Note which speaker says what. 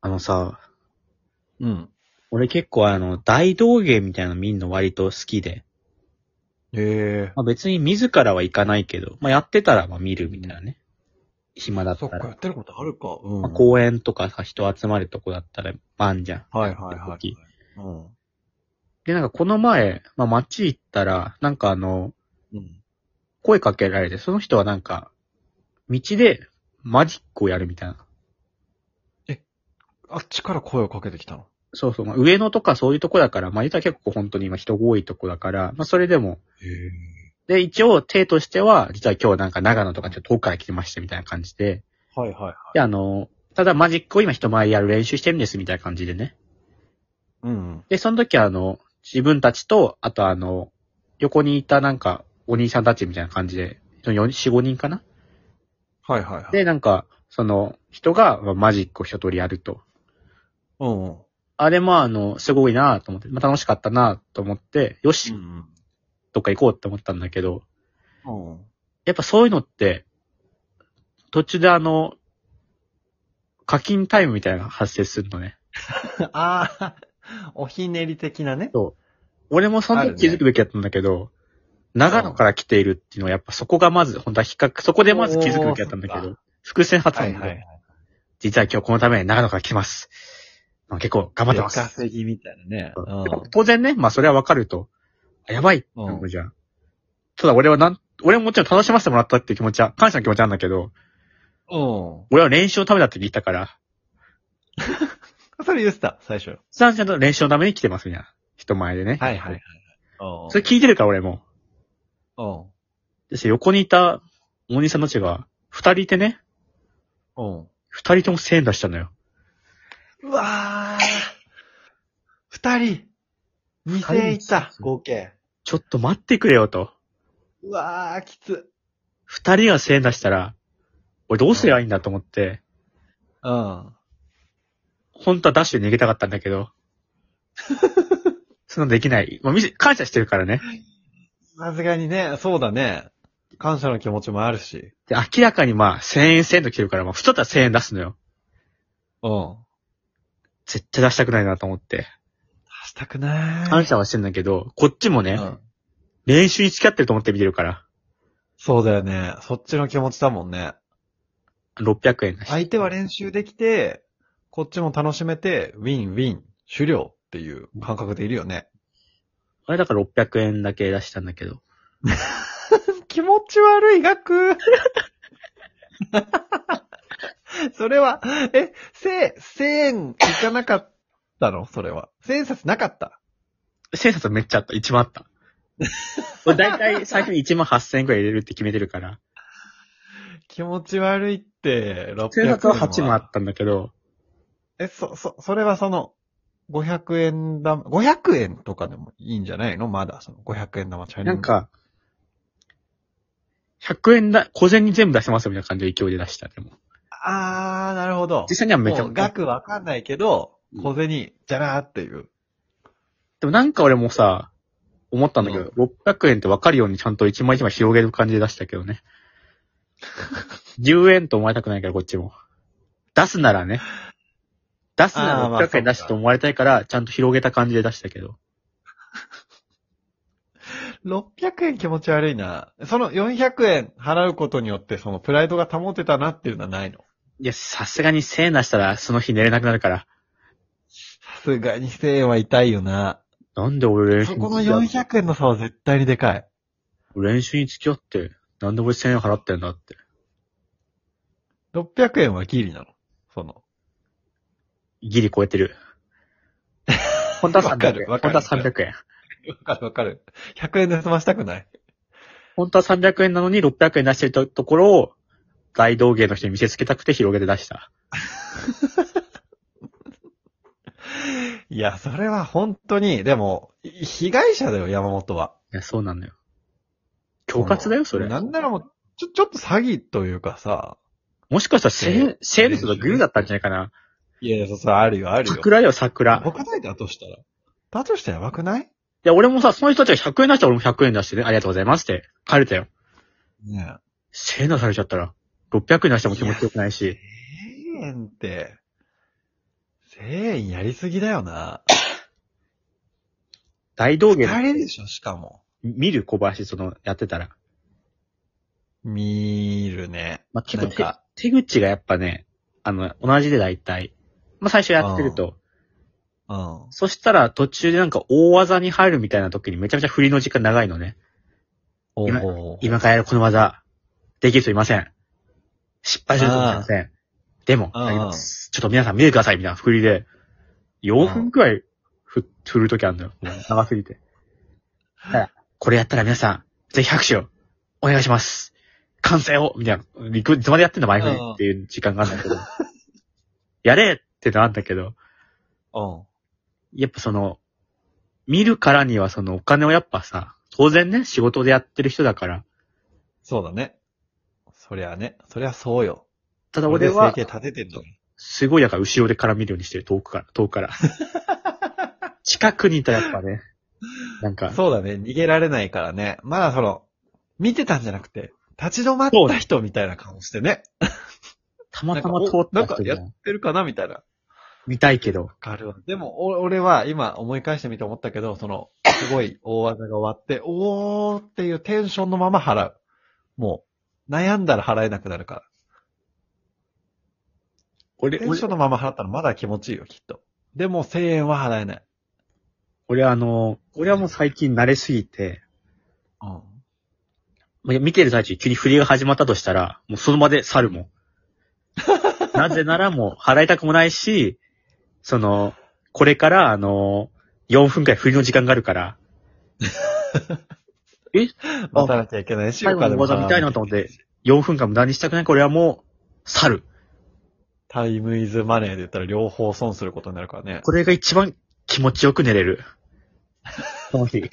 Speaker 1: あのさ、
Speaker 2: うん。
Speaker 1: 俺結構あの、大道芸みたいなの見んの割と好きで。
Speaker 2: ええ
Speaker 1: まあ別に自らは行かないけど、まあやってたらまあ見るみたいなね。暇だっ
Speaker 2: そ
Speaker 1: た
Speaker 2: っか、や
Speaker 1: ら。
Speaker 2: ってることあるか。うん。
Speaker 1: まあ、公園とかさ、人集まるとこだったら、あんじゃん。
Speaker 2: はいはいは
Speaker 1: 時
Speaker 2: い。うん。
Speaker 1: で、なんかこの前、まあ街行ったら、なんかあの、
Speaker 2: うん。
Speaker 1: 声かけられて、その人はなんか、道でマジックをやるみたいな。
Speaker 2: あっちから声をかけてきたの。
Speaker 1: そうそう、まあ上野とかそういうとこだから、まあ言ったら結構本当に今人が多いとこだから、まあそれでも、
Speaker 2: ええ
Speaker 1: で、一応、手としては、実は今日なんか長野とかちょっと遠くから来てましたみたいな感じで、
Speaker 2: はいはいはい。
Speaker 1: で、あの、ただマジックを今人前でやる練習してるんですみたいな感じでね。
Speaker 2: うん。
Speaker 1: で、その時はあの、自分たちと、あとあの、横にいたなんか、お兄さんたちみたいな感じで、その4、4、5人かな
Speaker 2: はいはいはい。
Speaker 1: で、なんか、その、人がまあマジックを一通りやると。
Speaker 2: うんうん。
Speaker 1: あれもあの、すごいなと思って、まあ楽しかったなと思って、よし、
Speaker 2: ん
Speaker 1: どっか行こうって思ったんだけど、
Speaker 2: うん。うん。
Speaker 1: やっぱそういうのって、途中であの、課金タイムみたいなのが発生するのね。
Speaker 2: ああ、 おひねり的なね。
Speaker 1: 俺もその
Speaker 2: ある
Speaker 1: 時
Speaker 2: ね
Speaker 1: 気づくべきだったんだけど、長野から来ているっていうのはやっぱそこがまず、本当は比較、そこでまず気づくべきだったんだけ
Speaker 2: おーそっ
Speaker 1: ど、伏線発
Speaker 2: はい
Speaker 1: 音で、
Speaker 2: はいはい。
Speaker 1: 実は今日このために長野から来てます。まあ、結構頑張ってま
Speaker 2: 出
Speaker 1: す。
Speaker 2: 稼ぎみたいなね。うん。
Speaker 1: 当然ね、まあそれはわかると、あやばいって思うじゃん。ただ俺はなん、俺ももちろん楽しませてもらったっていう気持ちは、感謝の気持ちはあるんだけど、
Speaker 2: う
Speaker 1: 俺は練習のためだって聞いたから、
Speaker 2: ん。それ言ってた、最初。
Speaker 1: さんちゃんと練習のために来てますみたいな。人前でね。
Speaker 2: はいはいはい。うん。
Speaker 1: それ聞いてるから俺も。
Speaker 2: うん。
Speaker 1: です横にいた大西さんたちが、二人いてね、
Speaker 2: うん。
Speaker 1: 二人とも1000円出したのよ。
Speaker 2: うわー。二人。二千いった、合計。
Speaker 1: ちょっと待ってくれよと。
Speaker 2: うわー、きつ。
Speaker 1: 二人が1000円出したら、俺どうすりゃいいんだと思って、
Speaker 2: うん。
Speaker 1: 本当はダッシュで逃げたかったんだけ ど。そんなのできない。まあ、みせ感謝してるからね。
Speaker 2: さすがにね、そうだね。感謝の気持ちもあるし。
Speaker 1: で、明らかにまあ、1000円1000円と来てるから、まあ、太ったら1000円出すのよ。
Speaker 2: うん。
Speaker 1: 絶対出したくないなと思って。
Speaker 2: 出したくない。
Speaker 1: 感謝はしてんだけど、こっちもね、
Speaker 2: うん。
Speaker 1: 練習に付き合ってると思って見てるから。
Speaker 2: そうだよね。そっちの気持ちだもんね。
Speaker 1: 600円だし。
Speaker 2: 相手は練習できて、こっちも楽しめて、ウィンウィン、終了っていう感覚でいるよね。
Speaker 1: あれだから600円だけ出したんだけど。
Speaker 2: 気持ち悪い額 それは、え、せ、千円いかなかったのそれは。千円札なかった。
Speaker 1: 千円札めっちゃあった。1万あ った。俺大体最初に1万8000円くらい入れるって決めてるから。
Speaker 2: 気持ち悪いって、600円は。
Speaker 1: 千円札は8万あったんだけど、
Speaker 2: え、そ、そ、それはその、500円玉、500円とかでもいいんじゃないのまだ、その500円玉チャレンジ。
Speaker 1: なん、か、100円だ、小銭に全部出してますみたいな感じで勢いで出した。でも。
Speaker 2: あー、なるほど。
Speaker 1: 実際にはめちゃ
Speaker 2: も
Speaker 1: め
Speaker 2: う
Speaker 1: ちゃ。
Speaker 2: 額わかんないけど
Speaker 1: うん、
Speaker 2: 小銭、じゃらーっていう。
Speaker 1: でもなんか俺もさ、思ったんだけど、600円って分かるようにちゃんと1枚1枚広げる感じで出したけ どね。10円と思われたくないからこっちも。出すならね。出すな
Speaker 2: あーまあ
Speaker 1: ら600円出したと思われたいから、ちゃんと広げた感じで出したけど。
Speaker 2: 600円気持ち悪いな。その400円払うことによって、そのプライドが保てたなっていうのはないの。
Speaker 1: いや、さすがに1000円出したらその日寝れなくなるから。
Speaker 2: さすがに1000円は痛いよな。
Speaker 1: なんで俺練習
Speaker 2: そ
Speaker 1: に
Speaker 2: この
Speaker 1: 付き合って
Speaker 2: 400円の差は絶対にでかい。
Speaker 1: 練習に付き合って、なんで俺1000円払ってんだって。
Speaker 2: 600円はギリなの。その。
Speaker 1: ギリ超えてる。本当は
Speaker 2: わか
Speaker 1: 300
Speaker 2: る
Speaker 1: 円。
Speaker 2: わ
Speaker 1: 本
Speaker 2: か
Speaker 1: 当
Speaker 2: る
Speaker 1: は300円。
Speaker 2: わかるわかる。100円で済ましたくない。
Speaker 1: 本当は300円なのに600円出してるとところを、大道芸の人に見せつけたくて広げて出した。
Speaker 2: いや、それは本当に、でも、い被害者だよ、山本は。
Speaker 1: いや、そうなのよ。恐喝だよ、それ。
Speaker 2: なんならもう、ちょ、ちょっと詐欺というかさ。
Speaker 1: もしかしたらセー
Speaker 2: え
Speaker 1: ル、セールスのグーだったんじゃないかな。
Speaker 2: いや、そうそう、あるよ、あるよ。
Speaker 1: 桜だよ、桜。
Speaker 2: 僕ないだとしたら。だとしたらやばくない
Speaker 1: いや、俺もさ、その人たちが100円出したら俺も100円出してね、ありがとうございますって、帰れたよ。
Speaker 2: ね
Speaker 1: 1000円出されちゃったら、600円出しても気持ちよくないし
Speaker 2: え。、1000円って、 1000円やりすぎだよな。
Speaker 1: 大道芸
Speaker 2: 二人でしょ、しかも。
Speaker 1: 見る小林、その、やってたら。
Speaker 2: 見るね。
Speaker 1: まあ、結構
Speaker 2: なん
Speaker 1: 手
Speaker 2: か、
Speaker 1: 手口がやっぱね、あの、同じで大体。まあ、最初やってると。
Speaker 2: うん。
Speaker 1: そしたら途中でなんか大技に入るみたいな時にめちゃめちゃ振りの時間長いのね。
Speaker 2: お
Speaker 1: 今
Speaker 2: お
Speaker 1: 今からやるこの技、できる人いません。失敗する人いません。でも、
Speaker 2: うん
Speaker 1: やりますちょっと皆さん見てくださいみたいな振りで、4分くらいふ振る時あるんだよ。もう長すぎて。だからこれやったら皆さん、ぜひ拍手をお願いします。完成をみたいな。いくいつまでやってんの前振りっていう時間があるんだけど。やれってのあるんだけど。
Speaker 2: うん。
Speaker 1: やっぱその、見るからにはそのお金をやっぱさ、当然ね、仕事でやってる人だから。
Speaker 2: そうだね。そりゃね。そりゃそうよ。
Speaker 1: ただ俺は
Speaker 2: で、生計立ててんの。
Speaker 1: すごいやから後ろでから見るようにしてる、遠くから、遠 くから。近くにいたらやっぱね、なんか、
Speaker 2: そうだね。逃げられないからね。まだその、見てたんじゃなくて、立ち止まった人みたいな顔してね。
Speaker 1: たまたま通った
Speaker 2: なんか
Speaker 1: 人
Speaker 2: おなんかや
Speaker 1: も
Speaker 2: ってるかなみたいな。
Speaker 1: 見たいけど、
Speaker 2: あるわ。でも、お俺は今思い返してみて思ったけど、その、すごい大技が終わって、おーっていうテンションのまま払う。もう、悩んだら払えなくなるから。
Speaker 1: 俺、
Speaker 2: テン
Speaker 1: 俺
Speaker 2: ションのまま払ったらまだ気持ちいいよ、きっと。でも、1000円は払えない。
Speaker 1: 俺はあの、俺はもう最近慣れすぎて、
Speaker 2: うん。
Speaker 1: まあ見てる最中急に振りが始まったとしたら、もうその場で去るも ん。なぜならもう払いたくもないし、その、これからあの、4分くらい振りの時間があるから、
Speaker 2: 待たなきゃいけないし、
Speaker 1: 最後の技見たいなと思って、4分間無駄にしたくないこれはもう、去る。
Speaker 2: タイムイズマネーで言ったら両方損することになるからね。
Speaker 1: これが一番気持ちよく寝れる。この日。